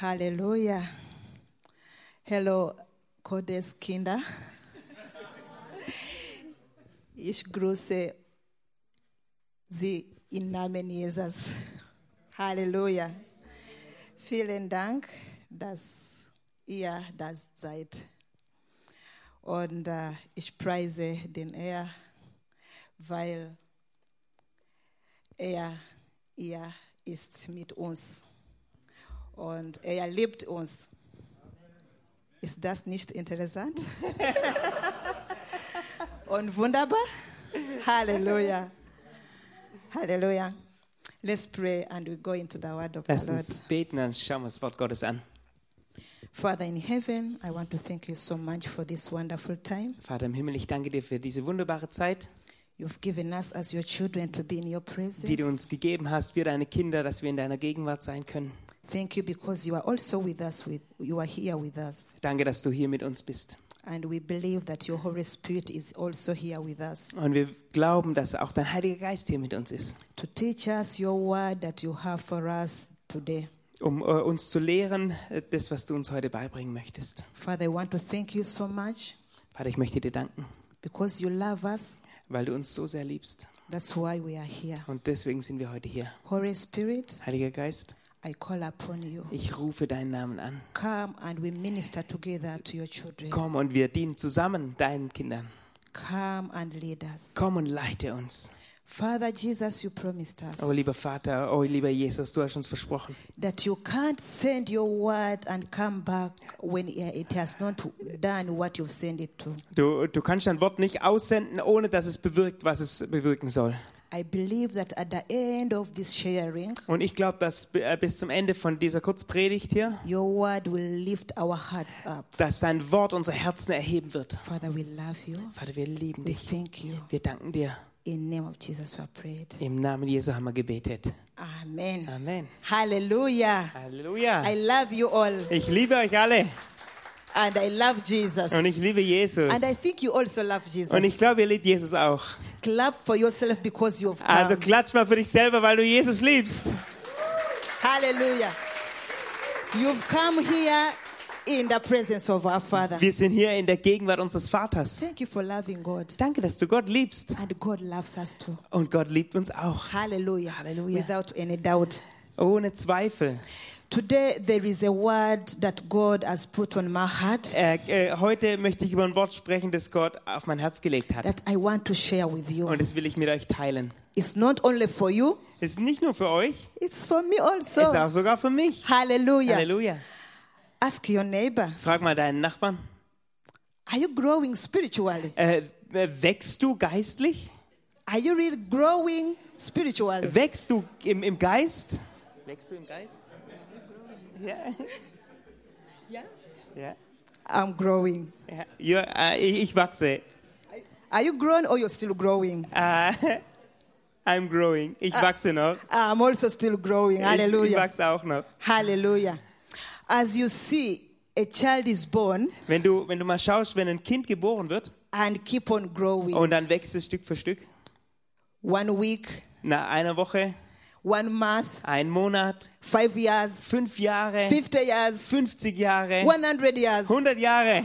Halleluja. Hello, Kodes Kinder. Ich grüße Sie im Namen Jesus. Halleluja. Vielen Dank, dass ihr da seid. Und äh, ich preise den Herr, weil er, er ist mit uns und er liebt uns. Ist das nicht interessant? und wunderbar? Halleluja. Halleluja. Let's pray and we go into the word of Lass the Lord. uns beten, dann schauen wir uns das Wort Gottes an. Father in heaven, I want to thank you so much for this wonderful time. Vater im Himmel, ich danke dir für diese wunderbare Zeit, You've given us as your children to be in your die du presence. uns gegeben hast, wir deine Kinder, dass wir in deiner Gegenwart sein können. Thank you because you are also with us with you are here with us. Danke, dass du hier mit uns bist. And we believe that your Holy Spirit is also here with us Und wir glauben, dass auch dein Heiliger Geist hier mit uns ist, to teach us your word that you have for us today. um äh, uns zu lehren, äh, das, was du uns heute beibringen möchtest. Father, I want to thank you so much Vater, ich möchte dir danken, because you love us. weil du uns so sehr liebst. That's why we are here. Und deswegen sind wir heute hier. Holy Spirit, Heiliger Geist, I call upon you. ich rufe deinen Namen an. Come and we minister together to your children. Komm und wir dienen zusammen deinen Kindern. Come and lead us. Komm und leite uns. Father Jesus, you promised us Oh, lieber Vater, oh, lieber Jesus, du hast uns versprochen, that you can't send your word and come back when it has not done what you've sent it to. du, du kannst dein Wort nicht aussenden, ohne dass es bewirkt, was es bewirken soll. I believe that at the end of this sharing, Und ich glaube, dass b- äh, bis zum Ende von dieser Kurzpredigt hier, your word will lift our hearts up. dass sein Wort unsere Herzen erheben wird. Father, we love you. Vater, wir lieben We dich. thank you. Wir danken dir. In name of Jesus, we are prayed. Im Namen Jesu haben wir gebetet. Amen. Amen. Hallelujah. I Halleluja. love you all, and Ich liebe euch alle. I love Jesus. Und ich liebe Jesus. And I think you also love Und ich Jesus. glaube, ihr liebt Jesus auch. Clap for yourself because you've Also come. klatsch mal für dich selber, weil du Jesus liebst. Hallelujah. You've come here in the presence of our Father. Wir sind hier in der Gegenwart unseres Vaters. Thank you for loving God. Danke, dass du Gott liebst. And God loves us too. Und Gott liebt uns auch. Hallelujah. Hallelujah. Without any doubt. Ohne Zweifel. Today there is a word that God has put on my heart Äh, äh, heute möchte ich über ein Wort sprechen, das Gott auf mein Herz gelegt hat. that I want to share with you. Und das will ich mit euch teilen. It's not only for you, Es ist nicht nur für euch, it's for me es ist auch also. sogar für mich. Hallelujah. Halleluja. Ask your neighbor, Frag mal deinen Nachbarn. are you growing spiritually? Äh, äh, wächst du geistlich? Are you really growing spiritually? Wächst du im, im Geist? Wächst du im Geist? Ja. Yeah. ja. I'm growing. ja. ja äh, ich, ich wachse. Are you grown or you're still growing? Äh, I'm growing. Ich wachse noch. Uh, I'm also still growing. Ich, ich Hallelujah. wachse auch noch. Hallelujah. As you see, a child is born Wenn du, wenn du mal schaust, wenn ein Kind geboren wird and keep on growing. und dann wächst es Stück für Stück, One week, nach einer Woche, one month, ein Monat, five years, fünf Jahre, 50 years, 50 Jahre, 100 years. 100 Jahre.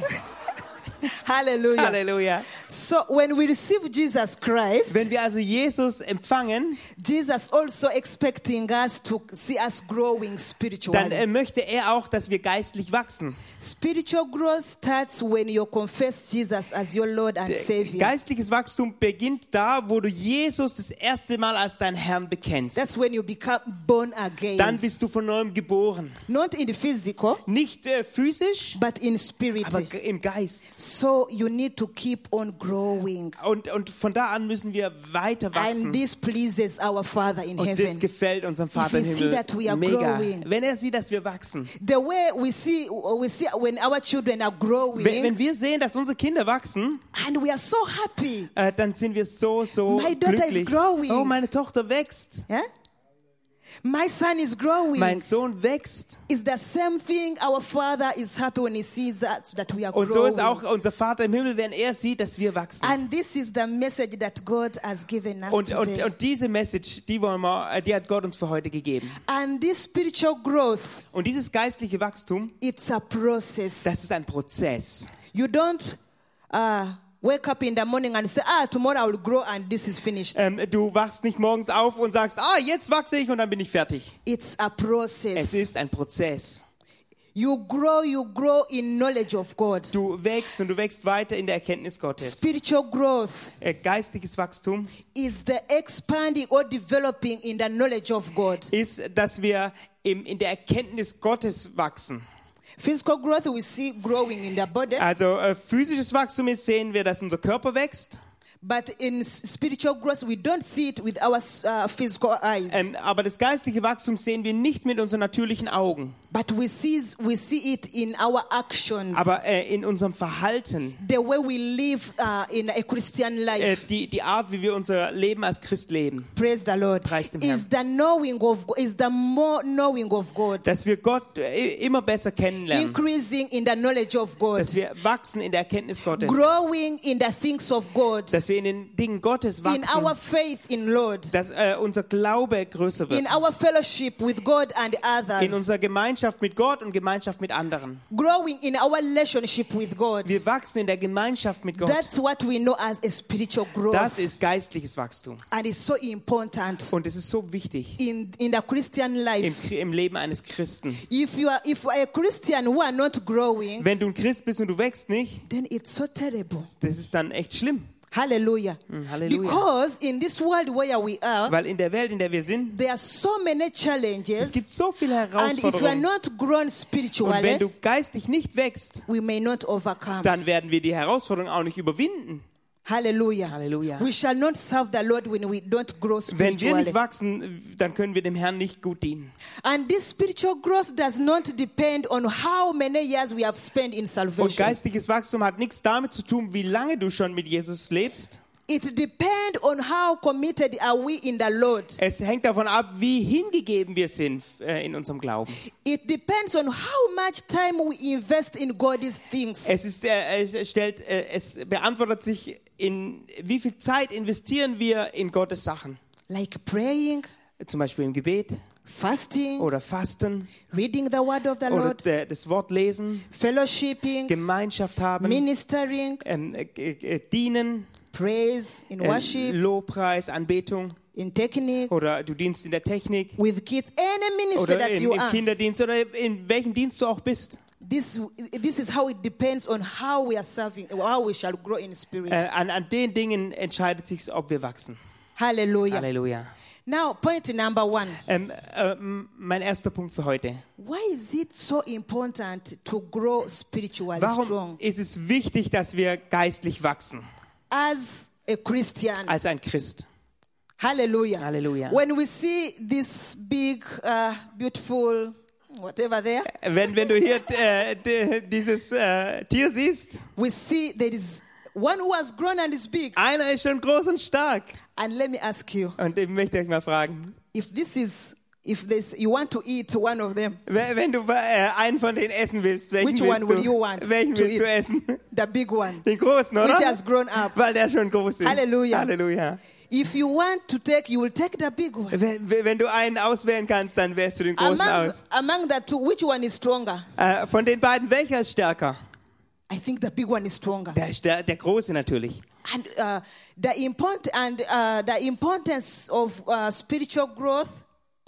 Hallelujah. Halleluja. So when we receive Jesus Christ, Wenn wir also Jesus empfangen, Jesus also expecting us to see us growing dann äh, spiritually. möchte er auch, dass wir geistlich wachsen. Spiritual growth starts when you confess Jesus as your Lord and Savior. Geistliches Wachstum beginnt da, wo du Jesus das erste Mal als deinen Herrn bekennst. That's when you become born Dann again. bist du von neuem geboren. Not in the physical, Nicht äh, physisch, but in spirit. aber g- im Geist. So you need to keep on growing. Und, und von da an müssen wir weiter wachsen. And this pleases our Father in Und das heaven. gefällt unserem Vater im If he see that we Himmel are mega. growing. Wenn er sieht, dass wir wachsen. The way we see, we see when our children are growing Wenn, wenn wir sehen, dass unsere Kinder wachsen, and we are so happy. äh, dann sind wir so, so My daughter is glücklich. growing. Oh, meine Tochter wächst. Yeah? My son is growing. Mein Sohn wächst. It's the same thing our father is happy when he sees that, that we are Und Oh, so growing. ist auch unser Vater im Himmel, wenn er sieht, dass wir wachsen. And this is the message that God has given us Und, und, today. und diese Message, die, wollen wir, äh, die hat Gott uns für heute gegeben. and this spiritual growth, Und dieses geistliche Wachstum, it's a process. das ist ein Prozess. you don't uh, wake up in the morning and say, ah, tomorrow I will grow and this is finished. Ähm, du wachst nicht morgens auf und sagst, ah, jetzt wachse ich und dann bin ich fertig. It's a Es process. ist ein Prozess. you grow, you grow in knowledge of God. Du wächst und du wächst weiter in der Erkenntnis Gottes. Spiritual growth Äh, Geistliches Wachstum is the expanding or developing in the knowledge of God. ist, dass wir im, in der Erkenntnis Gottes wachsen. Physical growth we see growing in the body, Also äh, physisches Wachstum ist, sehen wir, dass unser Körper wächst. but in s- spiritual growth we don't see it with our uh, physical eyes. Ähm, aber das geistliche Wachstum sehen wir nicht mit unseren natürlichen Augen, But we see, we see it in our actions, aber äh, in unserem Verhalten. the way we live uh, in a Christian Äh, life. die, die Art, wie wir unser Leben als Christ leben. Praise the Lord. Preis dem is the knowing of is the more knowing of God, Dass wir Gott äh, immer besser kennenlernen. increasing in the knowledge of God, Dass wir wachsen in der Erkenntnis Gottes. growing in the things of God, Dass wir in den Dingen Gottes in our wachsen. faith in Lord, Dass äh, unser Glaube größer in wird. our fellowship with God and In others, unserer Gemeinschaft mit Gott und Gemeinschaft mit anderen. growing in our relationship with God. Wir wachsen in der Gemeinschaft mit Gott. That's what we know as a spiritual Das growth, ist geistliches Wachstum. and it's so important Und es ist so wichtig in in the Christian life. im, Kri- im Leben eines Christen. If you are if you are a Christian who are not growing, Wenn du ein Christ bist und du wächst nicht, then it's so terrible. das ist dann echt schlimm. Hallelujah. Mm, hallelujah. Because in this world where we are, Weil in der Welt, in der wir sind, there are so many es gibt challenges. so viele And if you are Herausforderungen. not grown Und wenn spiritually, du geistig nicht wächst, we may not overcome. dann werden wir die Herausforderungen auch nicht überwinden. Hallelujah. Hallelujah. We shall not serve the Lord when we don't grow Wenn wir nicht spiritually. wachsen, dann können wir dem Herrn nicht gut dienen. And this spiritual growth does not depend on how many years we have spent Oh, in Und salvation. geistiges Wachstum hat nichts damit zu tun, wie lange du schon mit Jesus lebst. It depends on how committed are we in the Lord. Es hängt davon ab, wie hingegeben wir sind äh, in unserem Glauben. It depends on how much time we invest in God's things. Es, ist, äh, es, stellt, äh, es beantwortet sich, in wie viel Zeit investieren wir in Gottes Sachen. like praying, Zum Beispiel im Gebet fasting, oder Fasten reading the word of the oder Lord, der, das Wort lesen, fellowshipping, Gemeinschaft haben, ministering, ähm, äh, äh, dienen, praise, in äh, worship, Lobpreis, Anbetung in technique, oder du dienst in der Technik with kids, any ministry oder that im, you im are. Kinderdienst oder in welchem Dienst du auch bist. This, this is how it depends on how we are serving, how we shall grow in spirit. Äh, an, an den Dingen entscheidet sich, ob wir wachsen. Hallelujah. Halleluja. Now, point number one. Ähm, äh, m- mein erster Punkt für heute. Why is it so important to grow spiritually Warum strong ist es wichtig, dass wir geistlich wachsen as a Christian? als ein Christ? Hallelujah. Hallelujah. When we see this big, uh, beautiful, whatever there, Wenn, wenn du hier äh, d- dieses äh, Tier siehst, we see there is one who has grown and is big. einer ist schon groß und stark. And let me ask you, Und ich möchte euch mal fragen, if this is, if this, you want to eat one of them, we- wenn du äh, einen von denen essen willst, welchen Which willst one du, will you want welchen to willst du eat? essen? the big one, Den großen, which oder? has grown up. Weil der schon groß ist. Halleluja. Halleluja. If you want to take, you will take the big one. Wenn, wenn du einen auswählen kannst, dann wählst du den großen Among, aus. among the two, which one is stronger? Äh, von den beiden, welcher ist stärker? I think the big one is stronger. Der, ist der, der große natürlich. And uh, the import and uh, the importance of uh, spiritual growth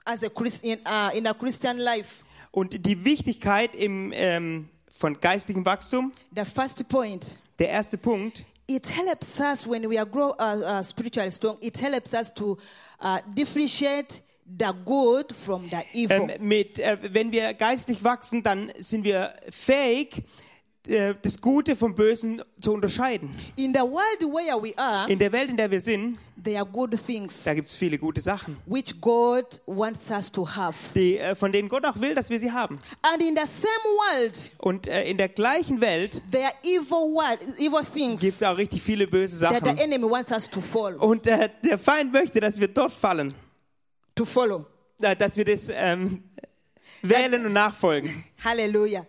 as a Christian uh, in a Christian life. Und die Wichtigkeit im, ähm, von geistigem Wachstum, The first point. der erste Punkt, It helps us when we are grow uh, uh, spiritually strong. It helps us to uh, differentiate the good from the evil. ähm, mit, äh, wenn wir geistlich wachsen, dann sind wir fähig, äh, das Gute vom Bösen zu unterscheiden. in the world where we are, In der Welt, in der wir sind, there are good things da gibt es viele gute Sachen, which God wants us to have. die, äh, von denen Gott auch will, dass wir sie haben. And in the same world, Und äh, in der gleichen Welt there are evil, word, evil things gibt es auch richtig viele böse that the Sachen. enemy wants us to follow. Und äh, der Feind möchte, dass wir dort fallen. To follow. äh, dass wir das ähm, wählen und nachfolgen. Hallelujah.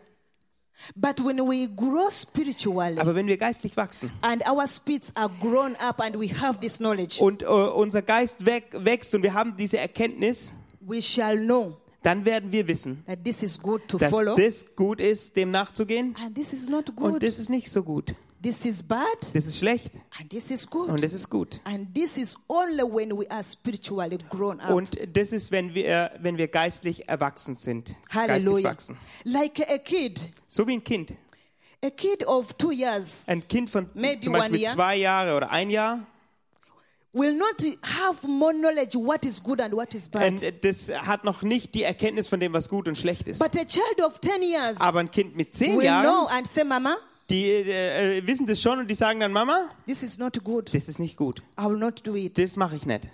But when we grow spiritually Aber wenn wir geistlich wachsen and our spirits are grown up and we have this knowledge, und äh, unser Geist wä wächst und wir haben diese Erkenntnis, we shall know dann werden wir wissen, that this is good to dass follow das gut ist, dem nachzugehen and this is not und good. das ist nicht so gut. This is bad Das ist schlecht and this is und good. das ist gut. And this is only when we are spiritually grown up. Und das ist, wenn wir, wenn wir geistlich erwachsen sind. Geistlich Hallelujah. wachsen. Like a kid, So wie ein Kind. a kid of two years Ein Kind von Maybe zum one Beispiel year. zwei Jahre oder ein Jahr. will not have more knowledge what is good and what is bad. Und das hat noch nicht die Erkenntnis von dem, was gut und schlecht ist. But a child of 10 years Aber ein Kind mit zehn will Jahren, know and say, Mama, die äh, äh, wissen das schon und die sagen dann, Mama, this is not good. das ist nicht gut. I will not do it. Das mache ich nicht.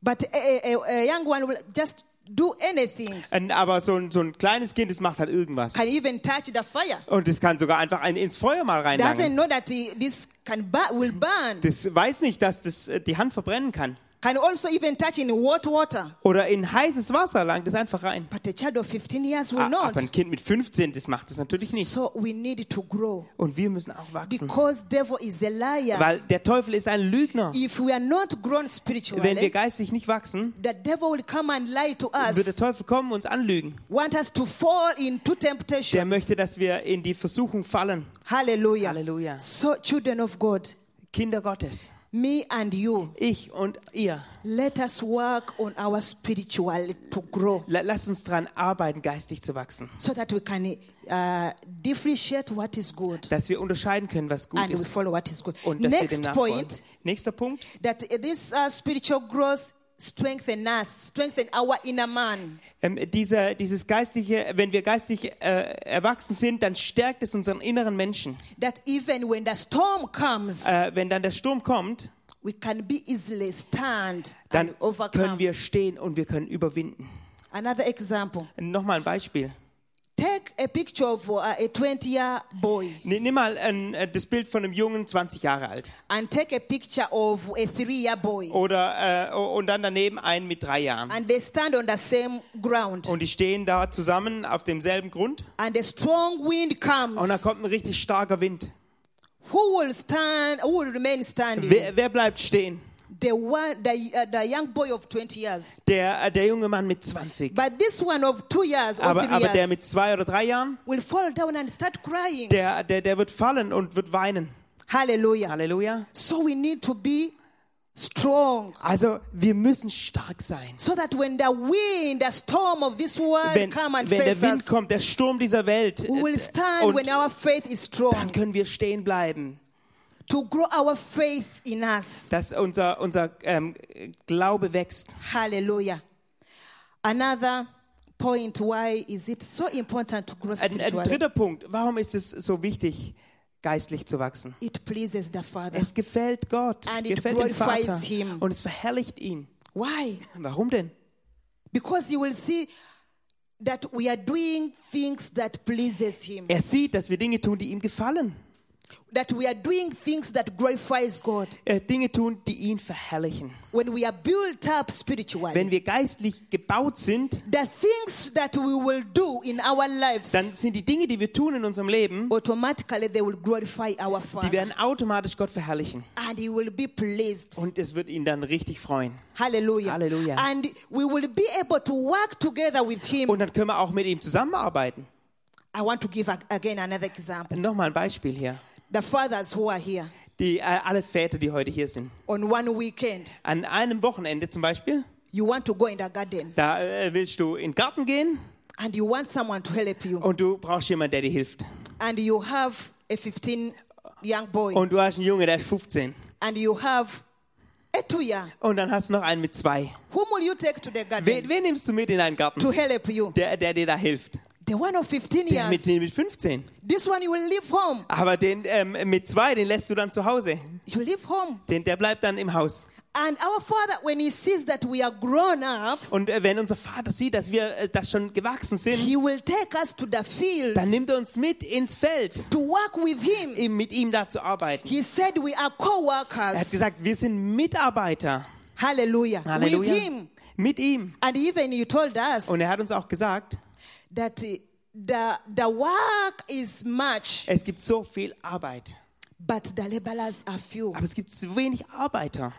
But a, a, a- a young one will just do anything, Und, aber so ein, so ein kleines Kind, das macht halt irgendwas. can even touch the fire. Und es kann sogar einfach ein, ins Feuer mal Doesn't reinlangen. know that he, this can bu- will burn, Das weiß nicht, dass das äh, die Hand verbrennen kann. can also even touch in hot water. Oder in heißes Wasser langt es einfach rein. But a child of 15 years will A- Aber ein not. Kind mit 15, das macht es natürlich nicht. So we need to grow Und wir müssen auch wachsen. because devil is a liar. Weil der Teufel ist ein Lügner. If we are not grown Wenn wir spiritually, geistig nicht wachsen, the devil will come and lie to wird der us, Teufel kommen und uns anlügen. want us to fall into Der temptations. möchte, dass wir in die Versuchung fallen. Hallelujah. Hallelujah. So, children of God, Kinder Gottes, me and you, ich und ihr, let us work on our spiritual to grow la- lasst uns daran arbeiten, geistig zu wachsen. so that we can uh, differentiate what is good Dass wir unterscheiden können, was gut and we ist follow what is good. und dass wir dem Next nachfolgen. point Nächster Punkt. that this uh, spiritual growth strengthen us, strengthen our inner man. Ähm, dieser, dieses geistliche, wenn wir geistig äh, erwachsen sind, dann stärkt es unseren inneren Menschen. That even when the storm comes, Äh, wenn dann der Sturm kommt, we can be easily stand dann and overcome. können wir stehen und wir können überwinden. Another example: Nochmal ein Beispiel. Take a picture of uh, a 20-year boy N- Nimm mal ein, äh, das Bild von einem Jungen, 20 Jahre alt. and take a picture of a three-year boy, Oder, äh, o- und dann daneben einen mit drei Jahren. and they stand on the same ground, Und die stehen da zusammen auf demselben Grund. and a strong wind Und dann comes. kommt ein richtig starker Wind. Who will stand? Who will remain standing? Wer, wer bleibt stehen? the one, the, uh, the young boy of 20 years. Der, äh, der junge Mann mit 20. But this one of two years or Aber, three aber der years mit zwei oder drei Jahren, will fall down and start crying. der, der, der wird fallen und wird weinen. Hallelujah. Halleluja. So we need to be strong Also wir müssen stark sein. so that when the wind, the storm of this world Wenn, come and wenn der face Wind us, kommt, der Sturm dieser Welt, we will äh, stand when und our faith is dann strong können wir stehen bleiben. to grow our faith in us. Dass unser, unser ähm, Glaube wächst. Hallelujah. Another point why is it so important to grow Ein, ein spiritually? dritter Punkt. Warum ist es so wichtig, geistlich zu wachsen? It pleases the Father. Es gefällt Gott, es And it gefällt dem glorifies Vater him. und es verherrlicht ihn. Why? Warum denn? Because you will see that we are doing things that pleases him. Er sieht, dass wir Dinge tun, die ihm gefallen. That we are doing things that glorifies God. Äh, Dinge tun, die ihn verherrlichen. When we are built up spiritually, Wenn wir geistlich gebaut sind, the things that we will do in our lives dann sind die Dinge, die wir tun in unserem Leben, automatically they will glorify our die Father werden automatisch Gott verherrlichen. and he will be pleased. Und es wird ihn dann richtig freuen. Hallelujah. Oh, Hallelujah. Oh, And we will be able to work together with him. Und dann können wir auch mit ihm zusammenarbeiten. I want to give a- again another example. Nochmal ein Beispiel hier. The fathers who are here Die, äh, alle Väter, die heute hier sind. on one weekend, An einem Wochenende zum Beispiel, you want to go in the garden da äh, willst du in den Garten gehen and you want someone to help you. und du brauchst jemanden, der dir hilft. and you have a 15 young boy Und du hast einen Junge, der ist 15. and you have a two year Und dann hast du noch einen mit zwei. whom will you take to the garden Wen, wen nimmst du mit in deinen Garten? to help you Der, der dir da hilft. the one of 15 Der mit, years den mit 15. this one you will leave home Aber den ähm, mit zwei, den lässt du dann zu Hause. you leave home Den, der bleibt dann im Haus. and our father when he sees that we are grown up Und äh, wenn unser Vater sieht, dass wir äh, da schon gewachsen sind, he will take us to the field dann nimmt er uns mit ins Feld, to work with him ihm, mit ihm da zu arbeiten. he said we are Er hat co-workers gesagt, wir sind Mitarbeiter. hallelujah with Halleluja. him mit ihm. And even you told us Und er hat uns auch gesagt, that uh, the, the work is much, es gibt so viel Arbeit, but the laborers are few. aber es gibt so wenig Arbeiter.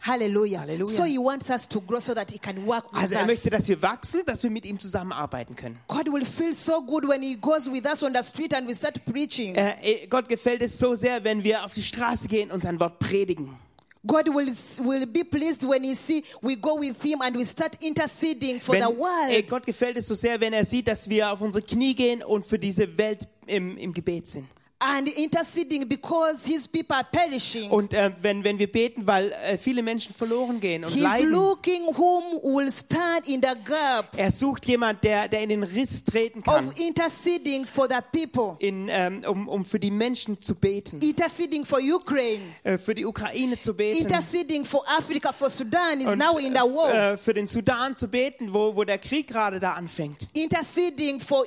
Hallelujah. Hallelujah. So he wants us to grow so that he can work with Also er us. möchte, dass wir wachsen, dass wir mit ihm zusammenarbeiten können. God will feel so good when he goes with us on the street and we start preaching. Äh, äh, Gott gefällt es so sehr, wenn wir auf die Straße gehen und sein Wort predigen. God will, will be pleased when he see we go with him and we start interceding for Wenn, the world. äh, Gott gefällt es so sehr, wenn er sieht, dass wir auf unsere Knie gehen und für diese Welt im, im Gebet sind. and interceding because his people are perishing. Und äh, wenn, wenn wir beten, weil äh, viele Menschen verloren gehen und He's leiden. looking whom will stand in the gap Er sucht jemand, der, der in den Riss treten kann, of interceding for the people, in, ähm, um, um für die Menschen zu beten, interceding for Ukraine, äh, für die Ukraine zu beten, interceding for Africa, for Sudan is und, now in the war, äh, für den Sudan zu beten, wo, wo der Krieg gerade da anfängt. interceding for,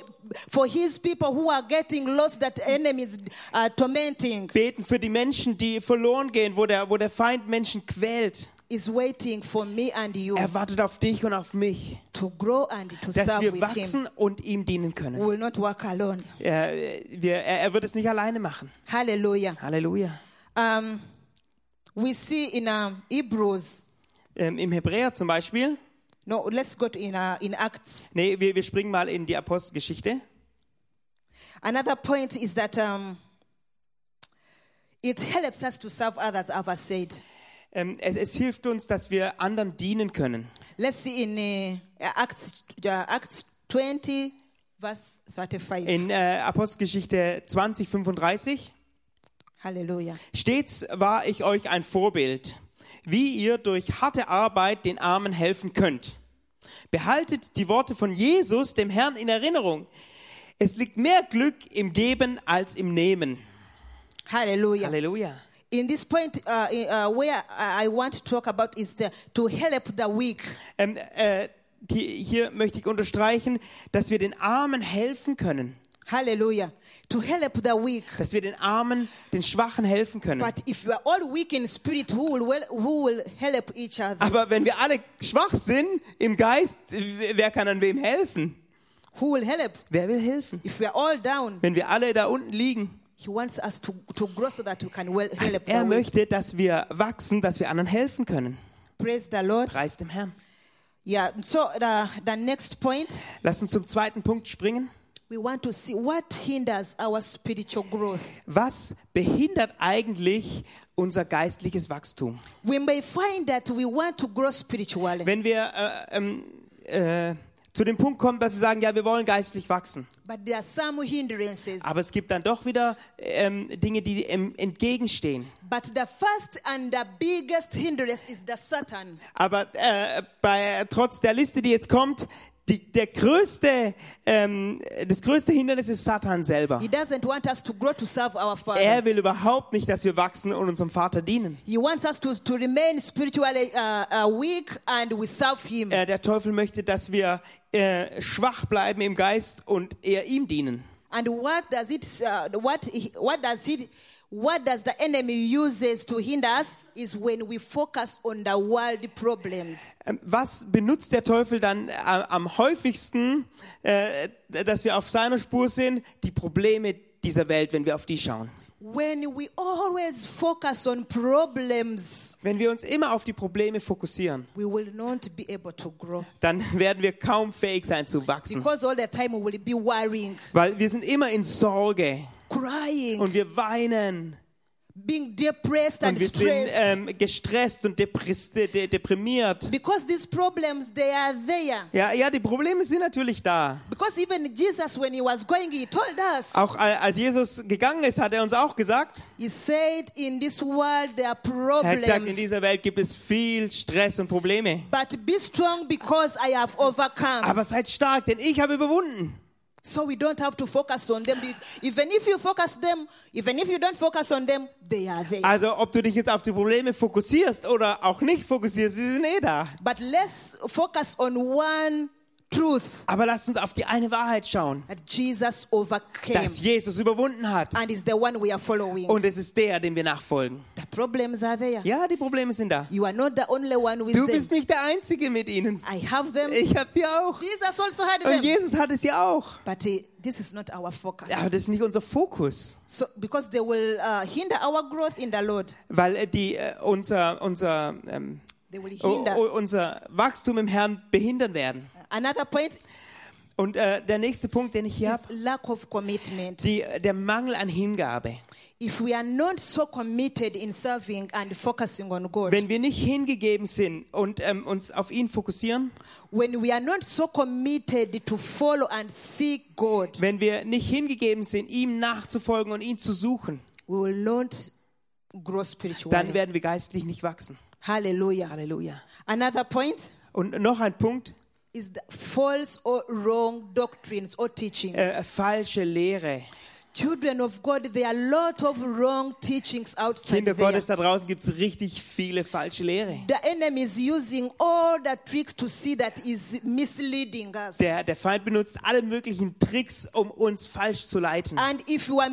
for his people who are getting lost that enemies are tormenting, Beten für die Menschen, die verloren gehen, wo der, wo der Feind Menschen quält. is waiting for me and you Er wartet auf dich und auf mich, to grow and to dass serve wir with him. wachsen und ihm dienen We können. will not work alone. Er, äh, wir, er, er wird es nicht alleine machen. Hallelujah. Halleluja. Um, we see in um, Hebrews, Ähm, Im Hebräer zum Beispiel. no, let's go to in, uh, in Acts. Nee, wir, wir springen mal in die Apostelgeschichte. Another point is that um, it helps us to serve others, as I've said. Ähm, es, es hilft uns, dass wir anderen dienen können. Let's see in uh, Acts, uh, Acts 20, verse 35. In äh, Apostelgeschichte 20, 35. Hallelujah. Stets war ich euch ein Vorbild, wie ihr durch harte Arbeit den Armen helfen könnt. Behaltet die Worte von Jesus, dem Herrn, in Erinnerung. Es liegt mehr Glück im Geben als im Nehmen. Hallelujah. Halleluja. In this point, uh, i- uh, where I I want to talk about is the, to help the weak. Ähm, äh, die, hier möchte ich unterstreichen, dass wir den Armen helfen können. Hallelujah. To help the weak. Dass wir den Armen, den Schwachen helfen können. But if we are all weak in spirit, who will, well, who will help each other? Aber wenn wir alle schwach sind im Geist, w- wer kann an wem helfen? Who will help? Wer will helfen? If we are all down, Wenn wir alle da unten liegen. He wants us to, to grow so that we can well Also help the er weak. möchte, dass wir wachsen, dass wir anderen helfen können. Praise the Lord. Preis dem Herrn. Yeah, so the, the next point, Lass uns zum zweiten Punkt springen. we want to see what hinders our spiritual growth. Was behindert eigentlich unser geistliches Wachstum? We may find that we want to grow spiritually, Wenn wir äh, ähm, äh, zu dem Punkt kommen, dass wir sagen, ja, wir wollen geistlich wachsen. but there are some hindrances. Aber es gibt dann doch wieder ähm, Dinge, die ähm, entgegenstehen. But the first and the biggest hindrance is the Satan. Aber äh, bei, trotz der Liste, die jetzt kommt, die, der größte, ähm, das größte Hindernis ist Satan selber. He doesn't want us to grow to serve our Father. Er will überhaupt nicht, dass wir wachsen und unserem Vater dienen. He wants us to, to remain spiritually uh, uh, weak and we serve Him. Äh, der Teufel möchte, dass wir äh, schwach bleiben im Geist und eher ihm dienen. And what does it? Uh, what he- what does it? What does the enemy uses to hinder us is when we focus on the world problems. Ähm, was benutzt der Teufel dann äh, am häufigsten, äh, dass wir auf seiner Spur sind? Die Probleme dieser Welt, wenn wir auf die schauen. When we always focus on problems, Wenn wir uns immer auf die Probleme fokussieren, we will not be able to grow dann werden wir kaum fähig sein zu wachsen. because all the time we will be worrying, Weil wir sind immer in Sorge crying, und wir weinen being depressed and und wir sind stressed. ähm, gestresst und depress- de de deprimiert. because these problems they are there. Ja, ja, die Probleme sind natürlich da. Because even Jesus, when he was going, he told us, Auch al- als Jesus gegangen ist, hat er uns auch gesagt, he said, "In this world there are er hat gesagt, in problems." dieser Welt gibt es viel Stress und Probleme. But be strong because I have overcome. Aber seid stark, denn ich habe überwunden. So we don't have to focus on them. Even if you focus them, even if you don't focus on them, they are there. Also ob du dich jetzt auf die Probleme fokussierst oder auch nicht fokussierst, sie sind eh da. But let's focus on one truth Aber lasst uns auf die eine Wahrheit schauen, that Jesus overcame dass Jesus überwunden hat. and is the one we are following. Und es ist der, dem wir nachfolgen. The problems are there. Ja, die Probleme sind da. You are not the only one with Du them. bist nicht der Einzige mit ihnen. I have them. Ich hab die auch. Jesus also had Und them. Jesus hat es ja auch. But uh, this is not our focus. Aber das ist nicht unser Fokus, So, because they will uh, hinder our growth in the Lord. weil äh, die, äh, unser, unser, ähm, They will u- hinder. u- unser Wachstum im Herrn behindern werden. Another point Und äh, der nächste Punkt, den ich hier is habe, lack of commitment. die, äh, der Mangel an Hingabe. If we are not so committed in serving and focusing on God, Wenn wir nicht hingegeben sind und ähm, uns auf ihn fokussieren, when we are not so committed to follow and seek God, wenn wir nicht hingegeben sind, ihm nachzufolgen und ihn zu suchen, we will not grow dann spiritually. werden wir geistlich nicht wachsen. Hallelujah. Halleluja. Another point Und noch ein Punkt, is the false or wrong doctrines or teachings. äh, falsche Lehre. Children of God, there are a lot of wrong teachings outside Kinder there. Gottes da draußen gibt es richtig viele falsche Lehre. The enemy is using all the tricks to see that is misleading us. Der, der Feind benutzt alle möglichen Tricks, um uns falsch zu leiten. And if we are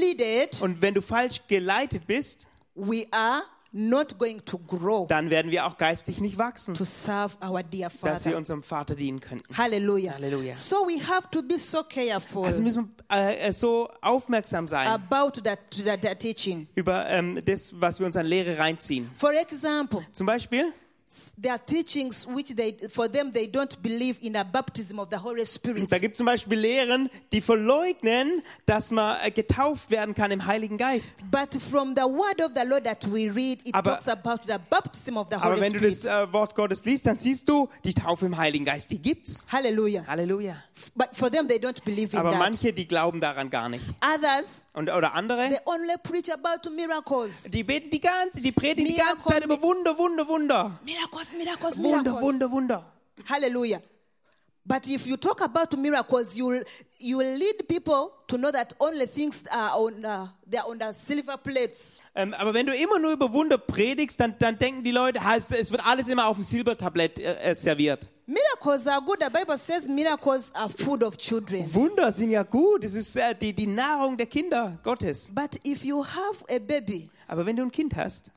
misled, Und wenn du falsch geleitet bist, we are not going to grow dann werden wir auch geistlich nicht wachsen, to serve our dear dass wir Father. unserem Vater dienen könnten. Hallelujah. Hallelujah. So we have to be so careful Also müssen wir äh, äh, so aufmerksam sein about that, that, that teaching. über ähm, das, was wir uns an Lehre reinziehen. For example, Zum Beispiel, there are teachings which they, for them, they don't believe in a baptism of the Holy Spirit. da gibt es zum Beispiel Lehren, die verleugnen, dass man äh, getauft werden kann im Heiligen Geist. But from the word of the Lord that we read, it Aber- talks about the baptism of the Aber Holy wenn du das Spirit. äh, Wort Gottes liest, dann siehst du, die Taufe im Heiligen Geist, die gibt's. Hallelujah. Halleluja. But for them, they don't believe in Aber that. manche, die glauben daran gar nicht. Others, Und, oder they andere, only preach about miracles. die beten die ganze, die predigen die Mira, ganze Zeit komm, über Wunder, Wunder, Wunder. Miracles, miracles, miracles. Wunder, Wunder, Wunder. Hallelujah. But if you talk about miracles, you will, you will lead people to know that only things are on uh, they are on the silver plates. Ähm, aber wenn du immer nur über Wunder predigst, dann, dann denken die Leute, ha, es, es wird alles immer auf dem Silbertablett äh, äh, serviert. Miracles are good. The Bible says miracles are food of children. Wunder sind ja gut, es ist äh, die, die Nahrung der Kinder Gottes. But if you have a baby, Aber wenn du ein Kind hast,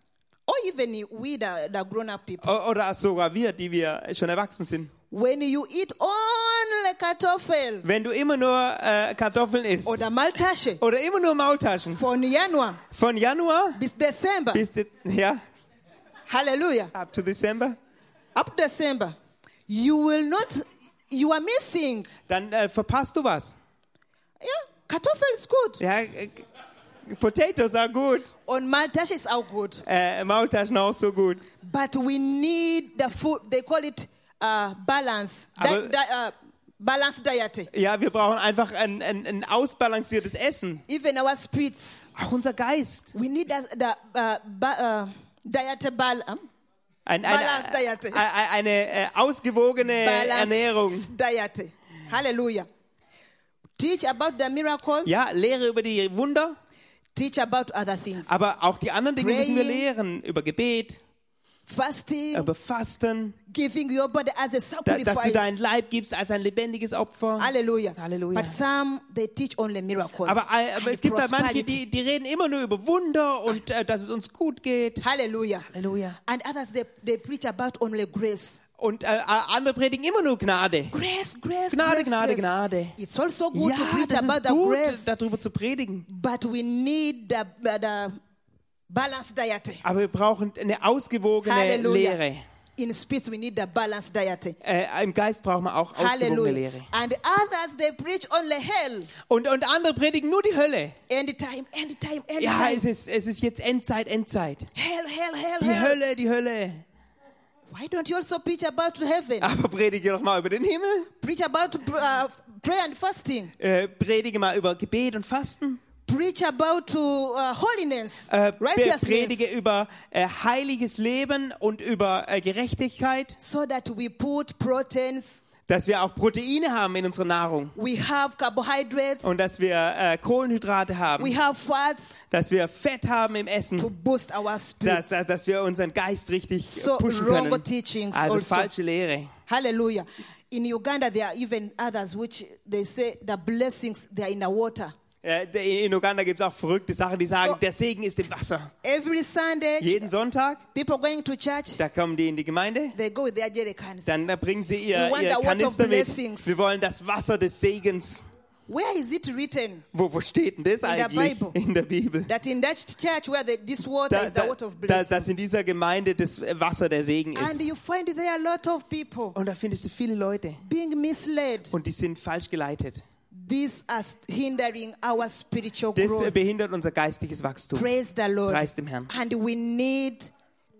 or even we, the, the grown-up people, o- oder sogar wir, die wir schon erwachsen sind, When you eat only kartoffel wenn du immer nur äh, Kartoffeln isst oder Maltasche oder immer nur Maultaschen, von Januar von Januar bis Dezember, bis, de ja, Hallelujah, up to December, up to December, you will not, you are missing. dann äh, verpasst du was. Yeah, kartoffel is good. Ja, äh, Potatoes are gut, On Maltashe is all good. äh, Maultaschen auch so gut. But we need the food, they call it uh, balance, Aber- di- di- uh, balanced diet. Ja, wir brauchen einfach ein, ein, ein ausbalanciertes Essen. Even our spirits, Auch unser Geist. we need the, the uh, ba- uh, diet um, balance. Ein, ein, Balanced diet. äh, äh, eine äh, ausgewogene balanced Ernährung. diet. Hallelujah. Teach about the miracles. Ja, Lehre über die Wunder, Teach about other things. aber auch die anderen Dinge müssen wir Praying. lehren. Über Gebet, Fasting, über Fasten, giving your body as a da, dass du sacrifice. deinen Leib gibst als ein lebendiges Opfer. Hallelujah. Hallelujah. But some, they teach only miracles. Aber, all- and aber es gibt halt manche, prosperity. die, die reden immer nur über Wunder und äh, dass es uns gut geht. Hallelujah. Halleluja. And others, they, they preach about only grace. Und äh, äh, andere predigen immer nur Gnade. Grace, grace, Gnade, grace, Gnade, grace. Gnade. It's also good Ja, to preach das about ist the grace, gut, darüber zu predigen. but we need the, the, the balanced diet. Aber wir brauchen eine ausgewogene Halleluja. Lehre. In spirits, we need the balanced diet. Äh, Im Geist brauchen wir auch ausgewogene Hallelujah. Lehre. And others, they preach only hell. Und, und andere predigen nur die Hölle. End time, end time, end Ja, time. es ist, es ist jetzt Endzeit, Endzeit. Hell, hell, hell, Die hell. Hölle, die Hölle. Why don't you also preach about heaven? Aber predige doch mal über den Himmel. Preach about uh, prayer and fasting. Äh, predige mal über Gebet und Fasten. Preach about uh, holiness, Äh, pre- predige righteousness. über äh, heiliges Leben und über äh, Gerechtigkeit, So that we put proteins, dass wir auch Proteine haben in unserer Nahrung we have carbohydrates, und dass wir äh, Kohlenhydrate we haben, have fats dass wir Fett haben im to Essen, boost our dass, spirits. dass, dass wir unseren Geist richtig äh, So pushen wrong können. teachings Also also. falsche Lehre. Hallelujah. In Uganda, there are even others which they say the blessings, they are in the water. Äh, der- In Uganda gibt es auch verrückte Sachen, die sagen, So- der Segen ist im Wasser. Every Sunday, Jeden Sonntag, people going to church, da kommen die in die Gemeinde, they go with their jerry cans. dann da bringen sie We ihr, want the ihr water Kanister of mit. blessings. Wir wollen das Wasser des Segens. Where is it written Wo, wo steht denn In das der eigentlich Bible. in der Bibel? that in that church where the, this water Da, is the da, water of da, blessing? dass in dieser Gemeinde das Wasser der Segen And ist. you find there a lot of people Und da findest du viele Leute being misled. und die sind falsch geleitet. These are st- hindering our spiritual Das growth. behindert unser geistiges Wachstum. Praise the Lord. Preis dem Herrn. And we need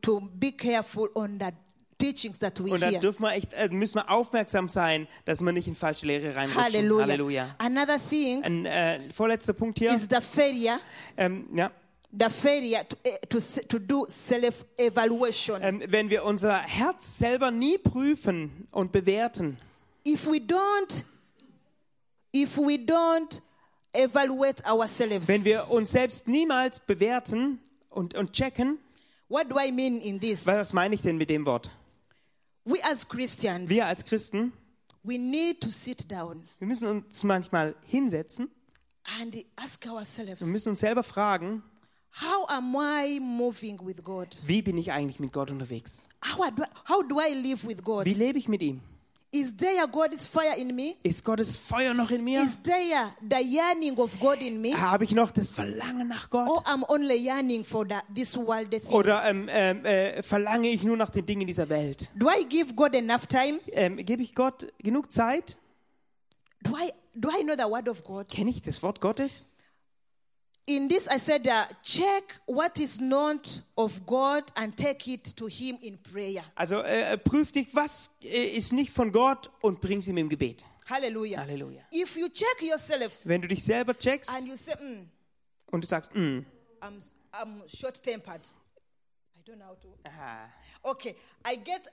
to be careful on the teachings that we Und da hear. dürfen wir echt, äh, müssen wir aufmerksam sein, dass wir nicht in falsche Lehre reinrutschen. Hallelujah. Halleluja. Another thing Ein äh, vorletzter Punkt hier. is the failure, Ähm, ja. the failure to, eh, to, se- to do self-evaluation. ähm, wenn wir unser Herz selber nie prüfen und bewerten, if we don't, if we don't evaluate ourselves, wenn wir uns selbst niemals bewerten und, und checken, what do I mean in this? was meine ich denn mit dem Wort? We as Christians, Wir als Christen, we need to sit down wir müssen uns manchmal hinsetzen, and ask ourselves, wir müssen uns selber fragen, how am I moving with God? wie bin ich eigentlich mit Gott unterwegs? How do I, how do I live with God? Wie lebe ich mit ihm? Is there God's fire in me? Ist Gottes Feuer noch in mir? Is there the yearning of God in me? Habe ich noch das Verlangen nach Gott? Or I'm only yearning for the, this world things? Oder ähm, ähm, äh, verlange ich nur nach den Dingen dieser Welt? do I give God enough time? Ähm, Gebe ich Gott genug Zeit? Do I do I know the word of God? Kenne ich das Wort Gottes? In this, I said, uh, check what is not of God and take it to Him in prayer. Also äh, prüf dich, was äh, ist nicht von Gott und bring es ihm im Gebet. Hallelujah. Halleluja. If you check yourself Wenn du dich selber checkst and you say, mm, und du sagst, "Mm, I'm I'm short-tempered. I don't know how to. aha, Okay, I get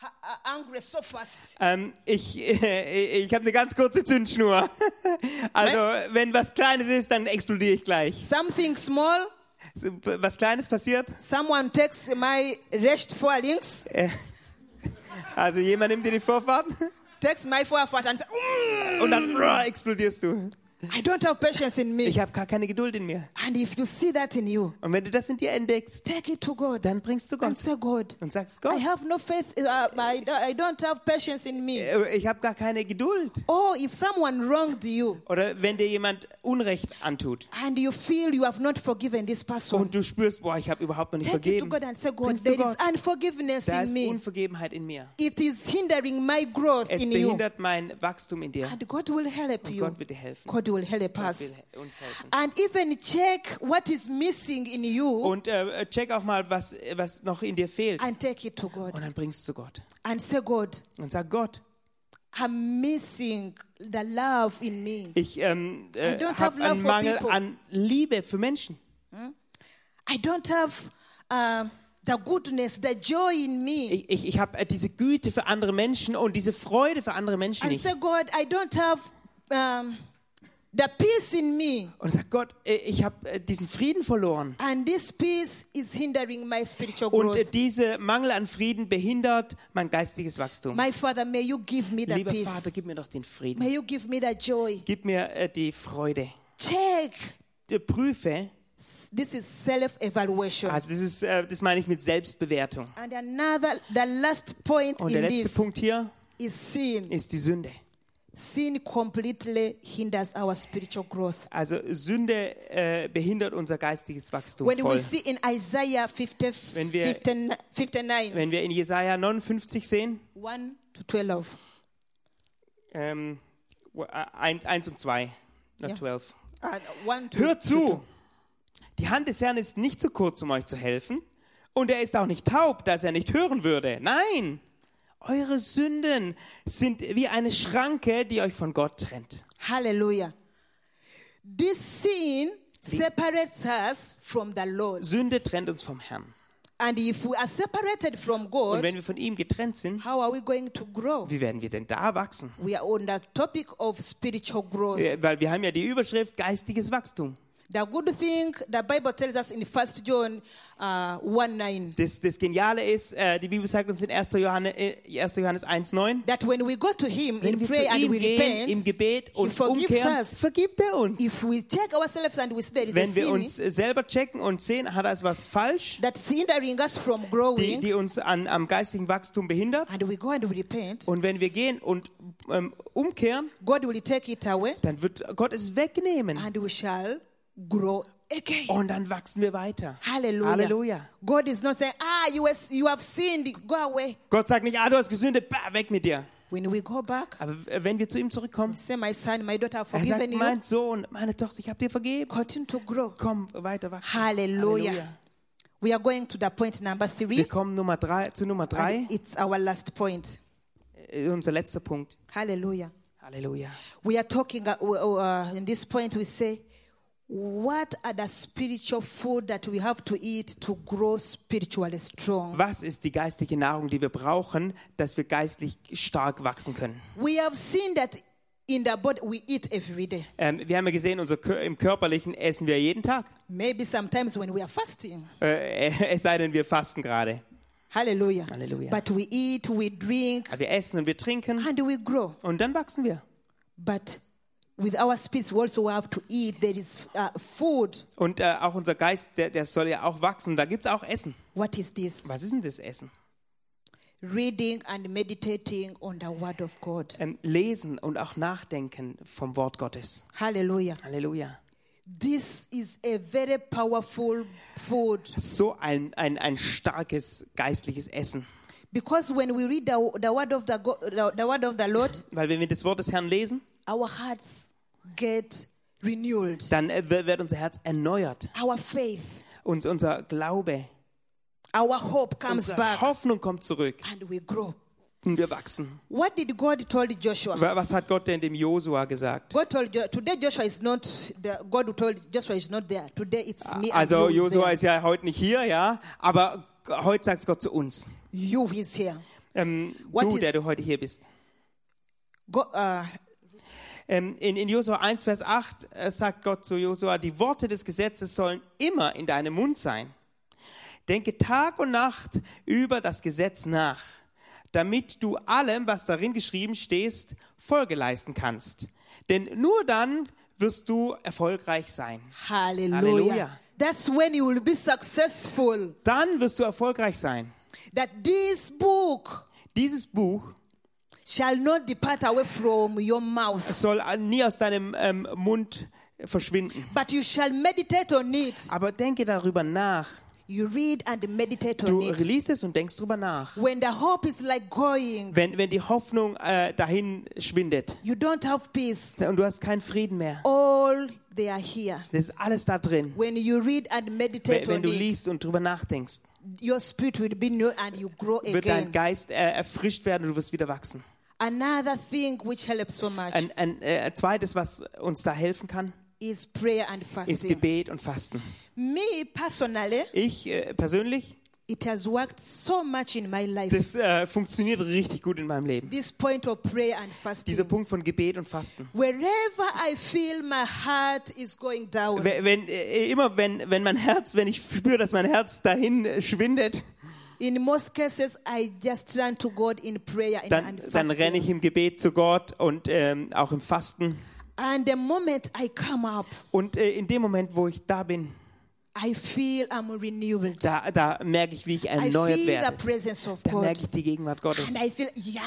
ha- uh, angry so fast. ähm, ich, äh, ich habe eine ganz kurze Zündschnur. Also wenn was Kleines ist, dann explodiere ich gleich. Something small, So, Was Kleines passiert, äh, someone takes my rest four links, also jemand nimmt dir die Vorfahrt takes my four foot and says, "Mm, und dann ruah, explodierst du. I don't have patience in me. Ich habe gar keine Geduld in mir. And if you see that in you, Und wenn du das in dir entdeckst, take it to God dann bringst du and Gott say, God, und sagst, I Gott, have no faith, uh, I, don't- I don't have patience in me. äh, ich habe gar keine Geduld. Or if someone wronged you Oder wenn dir jemand Unrecht antut and you feel you have not forgiven this person, und du spürst, boah, ich habe überhaupt noch nicht take it to vergeben, God and say, God, bringst du there is Gott. unforgiveness Da in ist me. Unvergebenheit in mir. It is hindering my growth Es in you. behindert mein Wachstum in dir. And Oh, God will help you. Gott wird dir helfen. God will help Gott us. will he- uns helfen. And even check what is missing in you Und äh, check auch mal, was, äh, was noch in dir fehlt. and take it to God Und dann bringst du zu Gott. and say, God, Und sag, Gott, I'm missing the love in me. ich ähm, I äh, don't have habe love einen for Mangel people. an Liebe für Menschen. I don't have um, the goodness, the joy in me. Ich, ich, ich habe äh, diese Güte für andere Menschen und diese Freude für andere Menschen And nicht. say, God, I don't have um, the peace in me. Und sag, Gott, äh, ich habe äh, diesen Frieden verloren. And this peace is hindering my spiritual Und growth. äh, dieser Mangel an Frieden behindert mein geistiges Wachstum. My Father, may you give me the Lieber peace. Vater, gib mir doch den Frieden. May you give me the joy. Gib mir äh, die Freude. Check. Äh, Prüfe, This is self evaluation. also das, ist, äh, das meine ich mit Selbstbewertung. And another, the last point Und in der letzte this Oh, Punkt hier is sin. ist die Sünde. Sin completely hinders our spiritual growth. Also Sünde äh, behindert unser geistiges Wachstum When we voll. see in Isaiah 50, Wenn wir- 50 59, Wenn wir in Jesaja 59 sehen, 1 to 12, ähm, 1, und 2, not Ja. 12. and 1 to Hört zu! Die Hand des Herrn ist nicht zu kurz, um euch zu helfen. Und er ist auch nicht taub, dass er nicht hören würde. Nein! Eure Sünden sind wie eine Schranke, die euch von Gott trennt. Hallelujah. This sin separates us from the Lord. Sünde trennt uns vom Herrn. And if we are separated from Und God, wenn wir von ihm getrennt sind, how are we going to grow? wie werden wir denn da wachsen? We are on the topic of spiritual growth. Äh, Weil wir haben ja die Überschrift geistiges Wachstum. The good thing the Bible tells us in 1 John uh, 1 9 Das, das Geniale ist, äh, die Bibel sagt uns in 1. Johannes, äh, 1. Johannes 1,9, that when we go to Him wenn in wir zu prayer and ihm we gehen im repent, Gebet und forgives umkehren, us. vergibt er uns. if we check ourselves and we say there is a Wenn wir sin uns äh, selber checken und sehen, hat er etwas falsch, that's hindering us from die, growing, die uns an, am geistigen Wachstum behindert. and we go and we repent, Und wenn wir gehen und ähm, umkehren, God will take it away dann wird Gott es wegnehmen. and we shall grow again. Und dann wachsen wir weiter. Oh. Hallelujah. Halleluja. God is not saying, ah, you, has, you have sinned, go away. Gott sagt nicht, ah, du hast gesündet, bah, weg mit dir. When we go back, Aber äh, wenn wir zu ihm zurückkommen, say, my son, my daughter, I've er sagt, forgiven you. mein Sohn, meine Tochter, ich habe dir vergeben. Continue to grow. Komm, weiter wachsen. Hallelujah. We are going to the point number three. Wir kommen Nummer drei, zu Nummer drei, and It's our last point. äh, unser letzter Punkt. Hallelujah. Halleluja. We are talking, uh, uh, uh, in this point, we say, what are the spiritual food that we have to eat to grow spiritually strong? Was ist die geistliche Nahrung, die wir brauchen, dass wir geistlich stark wachsen können? We have seen that in the body we eat every day. Ähm, wir haben ja gesehen, unser, Kör- im Körperlichen essen wir jeden Tag. Maybe sometimes when we are fasting. Äh, es sei denn, wir fasten gerade. Hallelujah. Hallelujah. But we eat, we drink, Aber Wir essen und wir trinken and we grow. und dann wachsen wir. But with our spirits, we also have to eat. There is uh, food. Und äh, auch unser Geist, der, der soll ja auch wachsen. Da gibt es auch Essen. What is this? Was ist denn das Essen? Reading and meditating on the Word of God. Ähm, lesen und auch nachdenken vom Wort Gottes. Hallelujah. Halleluja. This is a very powerful food So ein, ein, ein starkes geistliches Essen. because when we read the, the word of the, God, the, the word of the Lord, Weil wenn wir das Wort des Herrn lesen, our hearts get renewed. dann äh, wird wird unser Herz erneuert. Our faith, Uns, unser Glaube, our hope comes unsere back, Hoffnung kommt zurück and we grow. und wir wachsen. What did God told Joshua? Wa- Was hat Gott denn dem Josua gesagt? God told jo- today Joshua is not the God who told Joshua is not there. Today it's me. and Also you is Josua there. ist ja heute nicht hier, ja, aber g- heute sagt es Gott zu uns. you is here. Ähm, What du, is- der du heute hier bist. Go, uh, Ähm, in, in Josua 1, Vers 8 äh, sagt Gott zu Josua, die Worte des Gesetzes sollen immer in deinem Mund sein. Denke Tag und Nacht über das Gesetz nach, damit du allem, was darin geschrieben steht, Folge leisten kannst. Denn nur dann wirst du erfolgreich sein. hallelujah. Hallelujah. That's when you will be successful. Dann wirst du erfolgreich sein. That this book Dieses Buch shall not depart away from your mouth, soll äh, nie aus deinem ähm, Mund verschwinden. but you shall meditate on it. Aber denke darüber nach. You read and meditate Du on it. liest es und denkst darüber nach. When the hope is like going, wenn, wenn die Hoffnung äh, dahin schwindet you don't have peace. und du hast keinen Frieden mehr. All they are here. Das ist alles da drin. When you read and meditate Wenn, wenn on du it, liest und drüber nachdenkst, your spirit will be new and you grow wird dein again. Geist äh, erfrischt werden und du wirst wieder wachsen. Another thing which helps so much Ein, ein äh, zweites, was uns da helfen kann, is prayer and ist fasting. Gebet und Fasten. Me personally, Ich äh, persönlich, it has worked so much in my life. das äh, funktioniert richtig gut in meinem Leben. this point of prayer and fasting. Dieser Punkt von Gebet und Fasten. Wherever I feel my heart is going down, Wenn, wenn, äh, immer wenn, wenn mein Herz, wenn ich spüre, dass mein Herz dahin äh, schwindet, in most cases, I just turn to God in prayer and, dann, and dann fasting. renne ich im Gebet zu Gott und ähm, auch im Fasten. And the moment I come up, Und äh, in dem Moment, wo ich da bin, I feel I'm renewed. da, da merke ich, wie ich I erneuert feel the werde. presence of Da merke God. ich die Gegenwart Gottes. And I feel, yeah,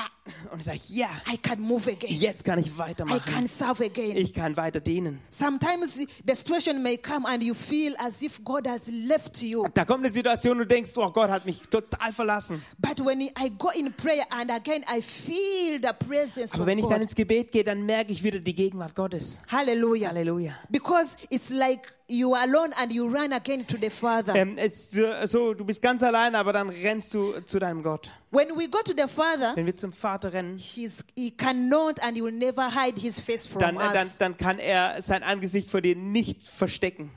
Und ich sage, ja, I can move again. jetzt kann ich I can weitermachen. serve again. Ich kann weiter dienen. Sometimes the situation may come and you feel as if God has left you. Da kommt eine Situation, du denkst, oh Gott hat mich total verlassen. But when I go in prayer and again I feel the presence Aber of wenn ich dann God. ins Gebet gehe, dann merke ich wieder die Gegenwart Gottes. Hallelujah. Halleluja. Because it's like you are alone and you run again to the Father. Ähm, es, äh, so, du bist ganz allein, aber dann rennst du zu deinem Gott. when we go to the Father, Wenn wir zum Vater rennen, he's, he cannot and he will never hide his face from dann, äh, dann, us. dann kann er sein Angesicht vor dir nicht verstecken.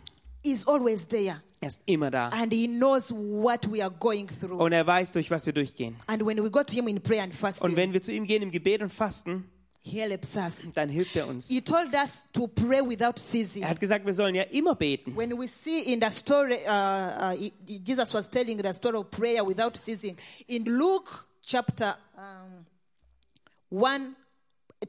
he's always there Er ist immer da. and he knows what we are going through. Oh. Und er weiß, durch was wir durchgehen. and when we go to him in prayer and fasting, Und wenn wir zu ihm gehen im Gebet und Fasten, He helps us. dann hilft er uns. He told us to pray without ceasing. Er hat gesagt, wir sollen ja immer beten. When we see in the story, uh, uh, he- he- Jesus was telling the story of prayer without ceasing. In Luke chapter um, 1,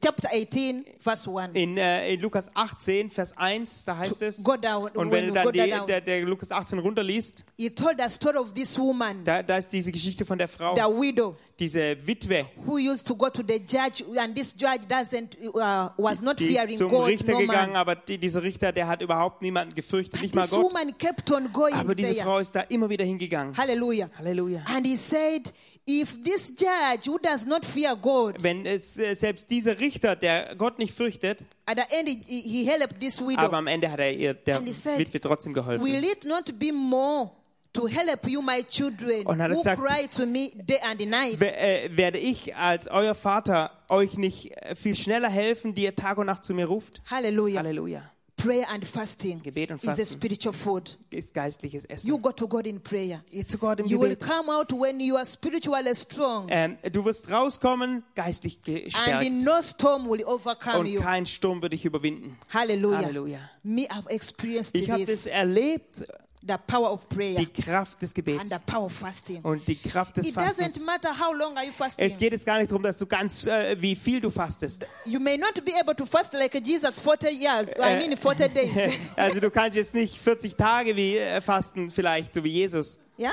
chapter 18, verse 1. In, äh, in Lukas 18, Vers 1, da heißt es, Go down, when und wenn you du go dann die, down. der, der Lukas 18 runterliest, He told the story of this woman, da, da ist diese Geschichte von der Frau, the widow, diese Witwe, who used to go to the judge, and this judge doesn't uh, was not die fearing ist zum God, Richter no gegangen, man. aber die, dieser Richter, der hat überhaupt niemanden gefürchtet, nicht mal This Gott. woman kept on going Aber diese there. Frau ist da immer wieder hingegangen. Hallelujah. Halleluja. And he said, if this judge who does not fear God, Wenn es, äh, selbst dieser Richter, der Gott nicht fürchtet, at the end he, he helped this widow. aber am Ende hat er ihr der And he said, Witwe trotzdem geholfen. Will it not be more to help you, my children, Und hat er who gesagt, cry to me day and night? We- äh, Werde ich als euer Vater euch nicht äh, viel schneller helfen, die ihr Tag und Nacht zu mir ruft? Hallelujah. Halleluja. Prayer and fasting Gebet und is a Fasten. spiritual food. Ist geistliches Essen. You go to God in prayer. Geh zu Gott im You will Gebet. come out when you are spiritually strong, Ähm, du wirst rauskommen, geistlich gestärkt. and no storm will overcome Und you. kein Sturm wird dich überwinden. Hallelujah. Halleluja. Me, I've experienced Ich habe this, das erlebt, the power of prayer die Kraft des and the Gebets power of fasting. und die Kraft des It doesn't Fastens. matter how long are you fasting. Es geht jetzt gar nicht darum, dass du ganz, äh, wie viel du fastest. You may not be able to fast like Jesus 40 years, I mean 40 days. Also du kannst jetzt nicht 40 Tage wie äh, fasten, vielleicht, so wie Jesus. Yeah?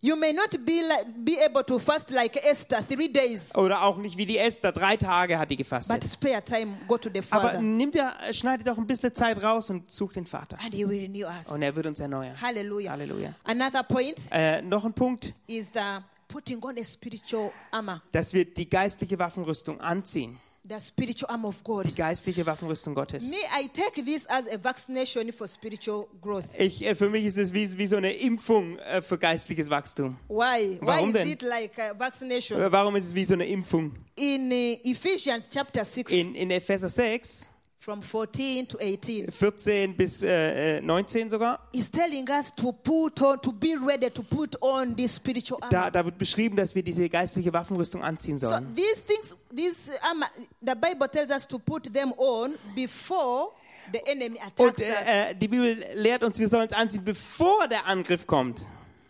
You may not be, like, be able to fast like Esther three days, Oder auch nicht wie die Esther. Drei Tage hat die but gefastet. spare time, go to the Aber Father, nimm dir, schneide doch ein bisschen Zeit raus und such den Vater. and He will renew us. Und er wird uns erneuern. Hallelujah. Hallelujah. Another point Äh, noch ein Punkt, is the putting on a spiritual armor, dass wir die geistliche Waffenrüstung anziehen. the spiritual armor of God. Die geistliche Waffenrüstung Gottes. Me, I take this as a vaccination for spiritual growth. Ich, äh, für mich ist es wie, wie so eine Impfung äh, für geistliches Wachstum. Why? Why Warum is denn? it like a vaccination? Äh, Warum ist es wie so eine Impfung? In uh, Ephesians chapter 6, In, in Epheser 6, from 14 to 18, 14 bis äh, äh, 19 sogar, he's telling us to put on, to be ready to put on this spiritual armor. da, da wird beschrieben, dass wir diese geistliche Waffenrüstung anziehen So sollen. these things, these um, the Bible tells us to put them on before the enemy Und attacks us. äh, äh, die Bibel lehrt uns, wir sollen es anziehen, bevor der Angriff kommt.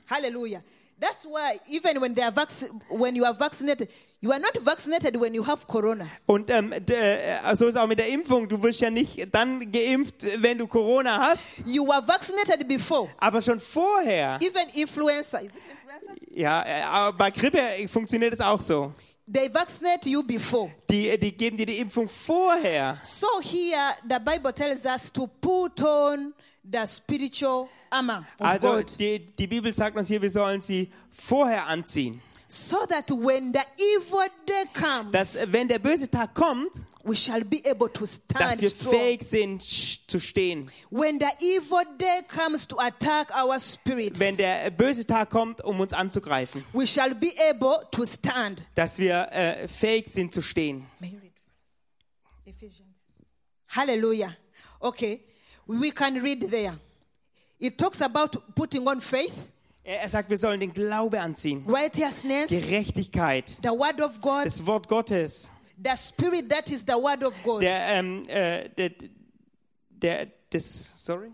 Hallelujah. That's why even when they are vac- when you are vaccinated, you are not vaccinated when you have corona. Und ähm, d- äh, so ist auch mit der Impfung. Du wirst ja nicht dann geimpft, wenn du Corona hast, You are vaccinated before. aber schon vorher. Even influenza, is it influenza? Ja, äh, aber bei Grippe funktioniert es auch so. They vaccinate you before. Die, die geben dir die Impfung vorher. So here the Bible tells us to put on the spiritual armor of Also God, die, die Bibel sagt uns hier, wir sollen sie vorher anziehen. so that when the evil day comes, Dass äh, wenn der böse Tag kommt, we shall be able to stand dass wir strong. fähig sind sch- zu stehen. When the evil day comes to attack our spirits, Wenn der äh, böse Tag kommt, um uns anzugreifen, we shall be able to stand. dass wir äh, fähig sind zu stehen. May you read for us? Ephesians. Hallelujah. Okay, we can read there. It talks about putting on faith, Er, er sagt, wir sollen den Glaube anziehen, righteousness, Gerechtigkeit, the word of God, das Wort Gottes, the spirit that is the word of God, der, ähm, äh, der, der, das, sorry,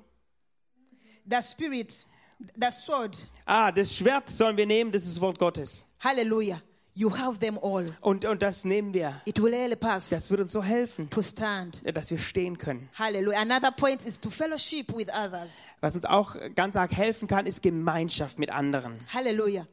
the spirit, the sword. ah, das Schwert sollen wir nehmen, das ist das Wort Gottes. Hallelujah. You have them all. Und, und das nehmen wir. It will help us Das wird uns so helfen, to stand. dass wir stehen können. Hallelujah. Another point is to fellowship with others. Was uns auch ganz arg helfen kann, ist Gemeinschaft mit anderen. Hallelujah.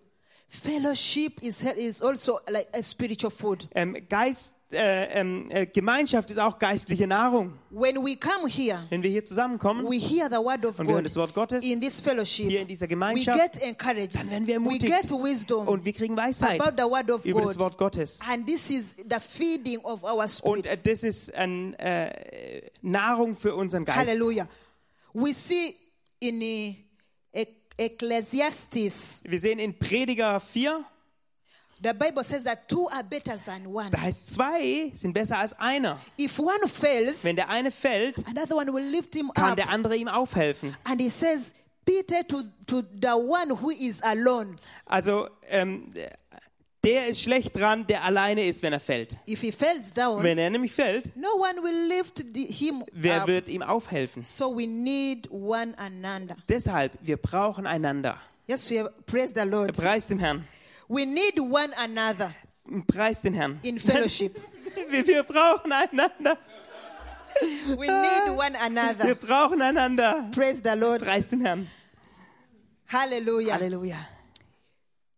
Fellowship is, is also like a spiritual food. Ähm, Geist, äh, ähm, äh, Gemeinschaft ist auch geistliche Nahrung. When we come here, Wenn wir hier zusammenkommen, we hear the word of Und wir hören God das Wort Gottes in this fellowship. hier in dieser we Gemeinschaft, get encouraged. dann werden wir we ermutigt. get wisdom und wir kriegen Weisheit about the word of über God. das Wort Gottes. And this is the feeding of our Und äh, spirits. das ist ein, äh, Nahrung für unseren Geist. Hallelujah. We see in uh, Ec- Ecclesiastes, Wir sehen in Prediger 4, the Bible says that two are better than one. da heißt zwei sind besser als einer. If one fails, Wenn der eine fällt, another one will lift him kann up. der andere ihm aufhelfen. And he says, Peter to, to the one who is alone. Also ähm, Der ist schlecht dran, der alleine ist, wenn er fällt. If he falls down, Wenn er nämlich fällt, no one will lift the, him wer up. wird ihm aufhelfen? So we need one another. Deshalb, wir brauchen einander. Yes, we have, praise the Lord. Preis dem Herrn. We need one another Preis den Herrn. in fellowship. Wir, wir brauchen einander. we need one another. Wir brauchen einander. Praise the Lord. Preis dem Herrn. Hallelujah. Halleluja.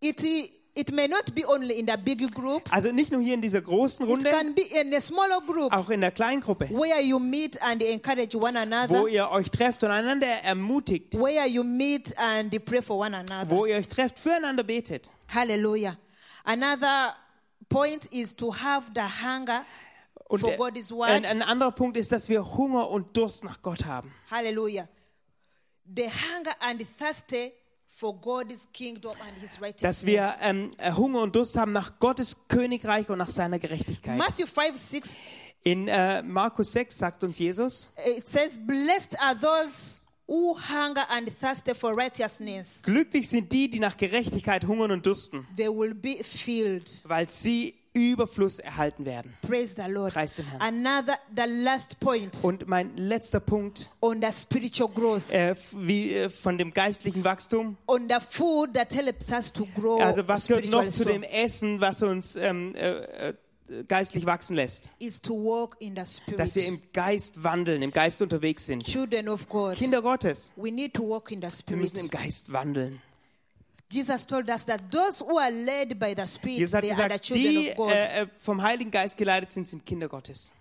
It, i- it may not be only in the big group. Also nicht nur hier in dieser großen It Runde, can be in a smaller group auch in der Kleingruppe, where you meet and encourage one wo another, ihr euch trefft und einander ermutigt, where you meet and pray for one another. wo ihr euch trefft, füreinander betet. Hallelujah. Another point is to have the hunger. Und For der- God is what? ein, ein anderer Punkt ist, dass wir Hunger und Durst nach Gott haben. Hallelujah. The hunger and thirsty for God's kingdom and his Dass wir righteousness. ähm, äh, Hunger und Durst haben nach Gottes Königreich und nach seiner Gerechtigkeit. Matthew 5 6, In äh, Markus 6 sagt uns Jesus, it says, Blessed are those who hunger and thirsty for righteousness, glücklich sind die, die nach Gerechtigkeit hungern und dursten, they will be filled. weil sie Überfluss erhalten werden. Praise the Lord. Preis den Herrn. Another, the last point Und mein letzter Punkt on the spiritual growth, äh, f- wie, äh, von dem geistlichen Wachstum. on the food that helps us to grow. Also was gehört noch spiritually zu dem strong, Essen, was uns ähm, äh, äh, geistlich wachsen lässt? is to walk in the Dass wir spirit. im Geist wandeln, im Geist unterwegs sind. Children of God, Kinder Gottes, we need to walk in the wir spirit. müssen im Geist wandeln. Jesus told us that those who are led by the Spirit, Jesus hat they are the gesagt, children die of God. äh, äh, vom Heiligen Geist geleitet sind, sind Kinder Gottes.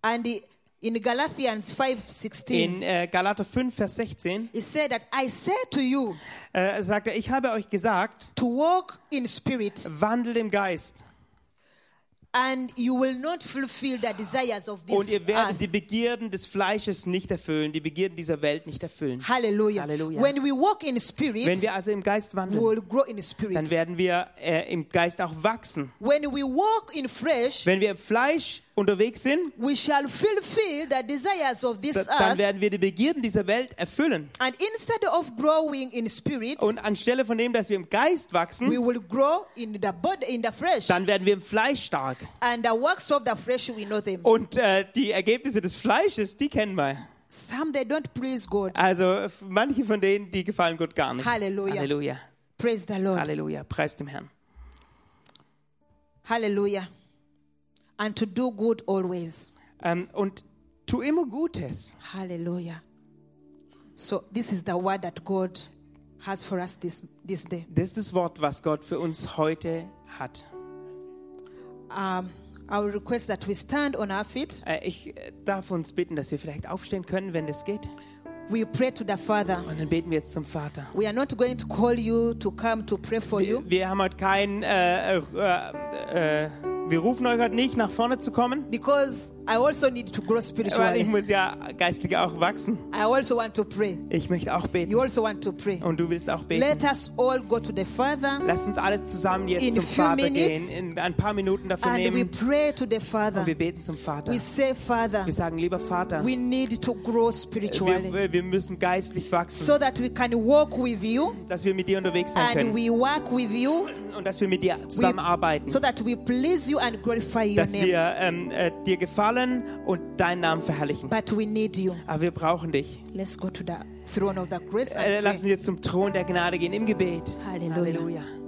and i- in Galatians 5:16, In äh, Galater 5, Vers 16 it said that I say to you äh, sagt er, ich habe euch gesagt, to walk in spirit, wandelt im Geist and you will not fulfill the desires of und this ihr werdet earth. die Begierden des Fleisches nicht erfüllen, die Begierden dieser Welt nicht erfüllen. Hallelujah. Hallelujah. When we walk in Wenn spirit, wir also im Geist we wandeln, will grow in dann spirit. werden wir äh, im Geist auch wachsen. When we walk in flesh, Wenn wir im Fleisch unterwegs sind, we shall fulfill the desires of this da, dann earth. werden wir die Begierden dieser Welt erfüllen. And instead of growing in spirit, Und anstelle von dem, dass wir im Geist wachsen, we will grow in the body, in the flesh. dann werden wir im Fleisch stark. And the works of the flesh, we know them. Und äh, die Ergebnisse des Fleisches, die kennen wir. Some they don't please God. Also f- manche von denen, die gefallen Gott gar nicht. Halleluja. Halleluja. Praise the Lord. Halleluja. Preis dem Herrn. Hallelujah. And to do good always. Ähm, und tu immer Gutes. Hallelujah. So this is the word that God has for us this this day. Das ist das Wort, was Gott für uns heute hat. Um, I will request that we stand on our feet. Äh, ich äh, darf uns bitten, dass wir vielleicht aufstehen können, wenn das geht. We pray to the Father. Und dann beten wir jetzt zum Vater. We are not going to call you to come to pray for you. Wir, wir haben heute keinen. Äh, äh, äh, wir rufen euch heute nicht, nach vorne zu kommen, Because I also need to grow weil ich spiritually. muss ja geistlich auch wachsen. I also want to pray. Ich möchte auch beten You also want to pray. und du willst auch beten. Let us all go to the Father Lass uns alle zusammen jetzt In zum few Vater minutes. gehen, in ein paar Minuten dafür and we nehmen pray to the und wir Father. beten zum Vater. We Wir say, Father, sagen, lieber Vater, we need to grow spiritually wir, wir müssen geistlich wachsen, so that we can walk with you dass wir mit dir unterwegs sein and können we work with you und dass wir mit dir zusammenarbeiten, so that we please you and glorify your dass name. wir ähm, äh, dir gefallen und deinen Namen verherrlichen. But we need you. Aber wir brauchen dich. Let's go to the throne of the grace. Äh, And pray. lass uns jetzt zum Thron der Gnade gehen im Gebet. Halleluja. Halleluja.